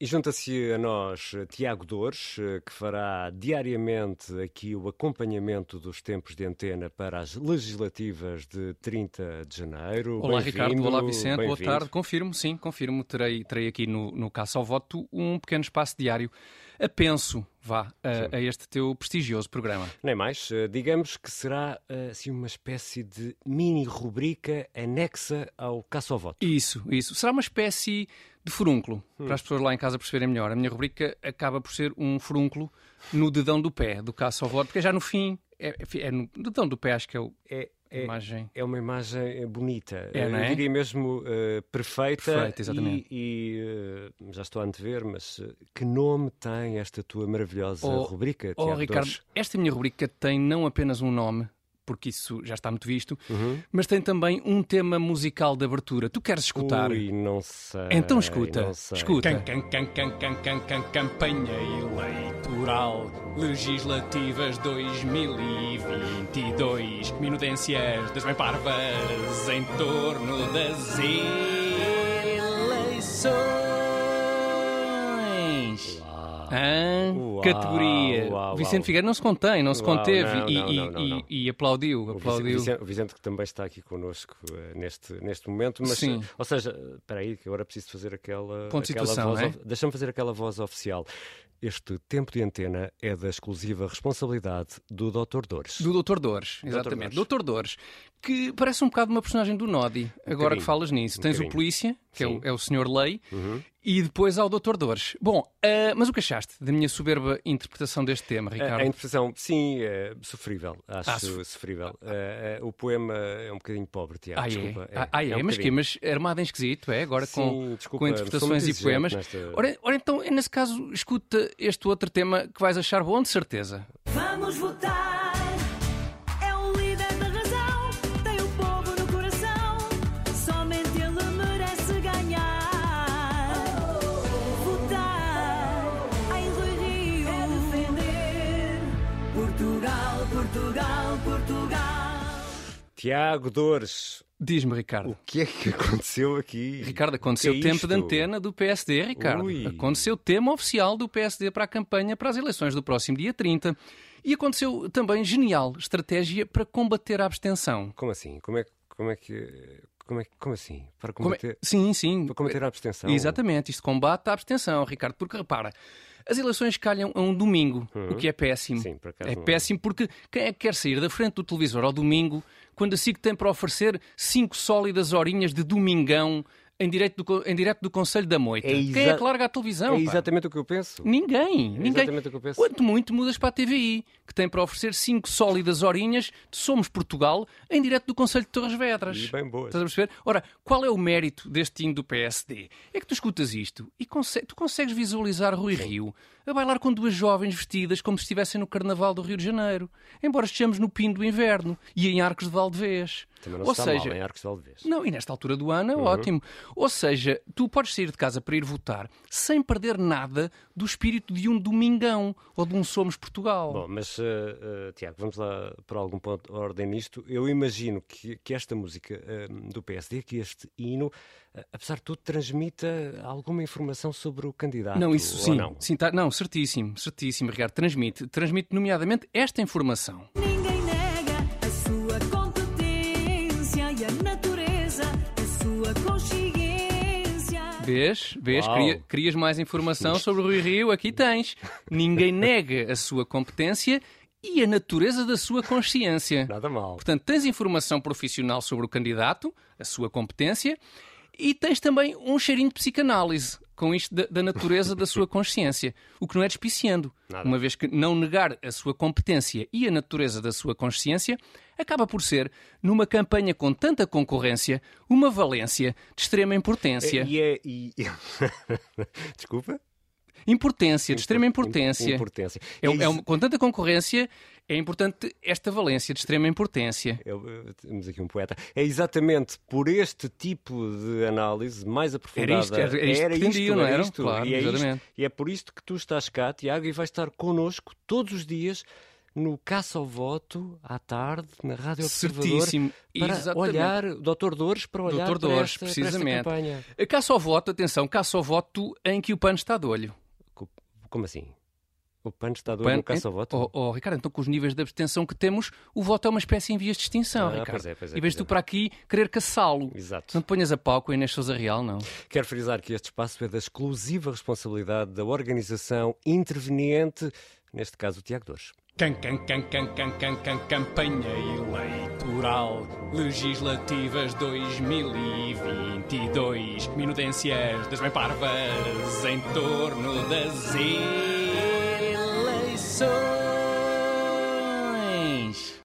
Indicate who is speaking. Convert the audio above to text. Speaker 1: E junta-se a nós eh, Tiago Dores, eh, que fará diariamente aqui o acompanhamento dos tempos de antena para as legislativas de 30 de janeiro.
Speaker 2: Olá Ricardo, olá Vicente, boa tarde. Confirmo, sim, confirmo. Terei, terei aqui no, no Caça ao Voto um pequeno espaço diário a penso, vá, a, a, este teu prestigioso programa.
Speaker 1: Nem mais. Eh, Digamos que será assim uma espécie de mini rubrica anexa ao caça ao voto.
Speaker 2: Isso, isso. Será uma espécie de furúnculo, hum. para as pessoas lá em casa perceberem melhor. A minha rubrica acaba por ser um furúnculo no dedão do pé do caça ao voto, porque já no fim, é, é no dedão do pé, acho que é o.
Speaker 1: É...
Speaker 2: É, imagem.
Speaker 1: é uma imagem bonita,
Speaker 2: é, é?
Speaker 1: eu diria mesmo uh, perfeita.
Speaker 2: Perfeito, exatamente.
Speaker 1: E, e uh, já estou a antever, mas uh, que nome tem esta tua maravilhosa
Speaker 2: oh,
Speaker 1: rubrica?
Speaker 2: Oh, Ricardo, Dores? esta minha rubrica tem não apenas um nome, porque isso já está muito visto, uhum. mas tem também um tema musical de abertura. Tu queres escutar?
Speaker 1: Ui, não sei.
Speaker 2: Então escuta,
Speaker 1: sei.
Speaker 2: escuta.
Speaker 3: Can, can, can, campanha eleitoral, legislativas 2022, minudências das bem parvas em torno das eleições.
Speaker 2: Hã?
Speaker 1: Uau,
Speaker 2: Categoria.
Speaker 1: uau,
Speaker 2: Vicente
Speaker 1: uau.
Speaker 2: Figueiredo não se contém, não se
Speaker 1: Uau,
Speaker 2: conteve
Speaker 1: não,
Speaker 2: e,
Speaker 1: não,
Speaker 2: e-
Speaker 1: não, não,
Speaker 2: e-
Speaker 1: não.
Speaker 2: e aplaudiu,
Speaker 1: O Vicente,
Speaker 2: aplaudiu.
Speaker 1: Vicente- o Vicente que também está aqui connosco eh, neste, neste momento, mas,
Speaker 2: Sim.
Speaker 1: eh, ou seja, eh, espera aí, que agora preciso fazer aquela,
Speaker 2: Ponto de
Speaker 1: aquela
Speaker 2: situação,
Speaker 1: voz,
Speaker 2: não é?
Speaker 1: of- deixa-me fazer aquela voz oficial. Este tempo de antena é da exclusiva responsabilidade do Dr. Dores.
Speaker 2: Do Dr. Dores, exatamente.
Speaker 1: Dores.
Speaker 2: Dr. Dores, que parece um bocado uma personagem do Nodi, agora
Speaker 1: bocadinho,
Speaker 2: que falas nisso.
Speaker 1: um
Speaker 2: Tens o
Speaker 1: bocadinho.
Speaker 2: polícia, que é
Speaker 1: Sim. Uhum.
Speaker 2: o, é o senhor Lei, e depois há o Dr. Dores. Bom, ah, mas o que achaste da minha soberba interpretação deste tema,
Speaker 1: É, A,
Speaker 2: Ricardo?
Speaker 1: a interpretação, sim, é sofrível, acho
Speaker 2: Ah, so-
Speaker 1: sofrível. Eh, eh, o poema é um bocadinho pobre, Tiago,
Speaker 2: Ah,
Speaker 1: desculpa.
Speaker 2: é. Ah, ah, é,
Speaker 1: um
Speaker 2: mas quê?
Speaker 1: bocadinho.
Speaker 2: Mas armada em esquisito, é? Agora
Speaker 1: Sim,
Speaker 2: com,
Speaker 1: desculpa,
Speaker 2: com interpretações
Speaker 1: sou
Speaker 2: e
Speaker 1: muito
Speaker 2: poemas.
Speaker 1: exigente nesta-
Speaker 2: Ora, ora, então, nesse caso, escuta este outro tema que vais achar bom, de certeza.
Speaker 4: Vamos votar. É o líder da razão, tem o povo no coração. Somente ele merece ganhar. Votar em Rui Rio é defender Portugal, Portugal, Portugal.
Speaker 1: Tiago Dores,
Speaker 2: Diz-me, Ricardo.
Speaker 1: o que é que aconteceu aqui?
Speaker 2: Ricardo, aconteceu
Speaker 1: O que é
Speaker 2: tempo de
Speaker 1: isto?
Speaker 2: antena do PSD, Ricardo.
Speaker 1: Ui.
Speaker 2: Aconteceu tema oficial do PSD para a campanha para as eleições do próximo dia 30. E aconteceu também genial estratégia para combater a abstenção.
Speaker 1: Como assim? Como é, que- como é que. Como, é, que- como assim? Para
Speaker 2: Como é-
Speaker 1: combater,
Speaker 2: Sim, sim.
Speaker 1: para combater a abstenção?
Speaker 2: Exatamente, isto combate a abstenção, Ricardo, porque repara, as eleições calham a um domingo, o que é péssimo.
Speaker 1: Uhum. Sim, por acaso
Speaker 2: é
Speaker 1: não-
Speaker 2: péssimo porque quem é que quer sair da frente do televisor ao domingo quando a SIC tem para oferecer cinco sólidas horinhas de domingão em direto do, co- em direto do Conselho da Moita?
Speaker 1: É
Speaker 2: Quem é
Speaker 1: exa-
Speaker 2: que larga a televisão?
Speaker 1: É
Speaker 2: pá?
Speaker 1: exatamente o que eu penso.
Speaker 2: Ninguém, ninguém.
Speaker 1: exatamente o que eu penso.
Speaker 2: Quanto muito mudas para a TVI, que tem para oferecer cinco sólidas horinhas de Somos Portugal em direto do Conselho de Torres Vedras.
Speaker 1: E bem boas.
Speaker 2: Estás a perceber? Ora, qual é o mérito deste time do PSD? É que tu escutas isto e conse- tu consegues visualizar Rui Rio a bailar com duas jovens vestidas como se estivessem no Carnaval do Rio de Janeiro, embora estejamos no pino do inverno e em Arcos de Valdevez.
Speaker 1: Também não
Speaker 2: Ou
Speaker 1: se está
Speaker 2: seja,
Speaker 1: mal Uhum. em Arcos de Valdevez.
Speaker 2: não, e nesta altura do ano é ótimo. Ou seja, tu podes sair de casa para ir votar sem perder nada do espírito de um domingão ou de um Somos Portugal.
Speaker 1: Bom, mas eh, eh, Tiago, vamos lá para algum ponto de ordem nisto. Eu imagino que, que esta música eh, do PSD, que este hino, eh, apesar de tudo, transmita alguma informação sobre o candidato.
Speaker 2: não, isso
Speaker 1: ou
Speaker 2: sim.
Speaker 1: Não?
Speaker 2: sim tá- não, certíssimo, certíssimo, Ricardo. Transmite, transmite nomeadamente esta informação.
Speaker 4: Ninguém nega a sua competência e a natureza, a sua consciência.
Speaker 2: Vês? Vês?
Speaker 1: Uau.
Speaker 2: Cria- crias mais informação sobre o Rui Rio? Aqui tens. Ninguém nega a sua competência e a natureza da sua consciência.
Speaker 1: Nada mal.
Speaker 2: Portanto, tens informação profissional sobre o candidato, a sua competência, e tens também um cheirinho de psicanálise com isto da, da natureza da sua consciência, o que não é despiciando,
Speaker 1: Nada.
Speaker 2: uma vez que não negar a sua competência e a natureza da sua consciência acaba por ser, numa campanha com tanta concorrência, uma valência de extrema importância.
Speaker 1: E é. E... Desculpa?
Speaker 2: Importância, de extrema importância.
Speaker 1: Importância.
Speaker 2: É,
Speaker 1: E
Speaker 2: é uma- com tanta concorrência, é importante esta valência de extrema importância.
Speaker 1: Eu, eu- temos aqui um poeta. É exatamente por este tipo de análise mais aprofundada.
Speaker 2: Era isto, era- era isto que pretendiam, não era?
Speaker 1: isto,
Speaker 2: Claro,
Speaker 1: e, é isto
Speaker 2: exatamente.
Speaker 1: e é por isto que tu estás cá, Tiago, e vais estar connosco todos os dias no Caça ao Voto, à tarde, na Rádio é Observador,
Speaker 2: Certíssimo.
Speaker 1: para
Speaker 2: Exatamente.
Speaker 1: olhar, Dr. Dores, para olhar
Speaker 2: Dr.
Speaker 1: para
Speaker 2: Dores,
Speaker 1: esta- para esta
Speaker 2: precisamente.
Speaker 1: campanha.
Speaker 2: Caça ao voto, atenção, caça ao voto em que o PAN está de olho.
Speaker 1: Co- Como assim? O PAN está doido
Speaker 2: PAN,
Speaker 1: no Caça ao Voto?
Speaker 2: Oh, oh, Ricardo, então com os níveis de abstenção que temos, o voto é uma espécie em vias de extinção,
Speaker 1: Ah,
Speaker 2: Ricardo.
Speaker 1: pois é, pois é,
Speaker 2: e vês
Speaker 1: pois
Speaker 2: tu
Speaker 1: é.
Speaker 2: para aqui querer caçá-lo.
Speaker 1: Exato.
Speaker 2: Não te ponhas a pau com a Inês Sousa Real, não.
Speaker 1: Quero frisar que este espaço é da exclusiva responsabilidade da organização interveniente, neste caso o Tiago Dores.
Speaker 3: Can, can, can, can, can, can, can, campanha eleitoral, legislativas 2022, minudências das bem parvas em torno das eleições.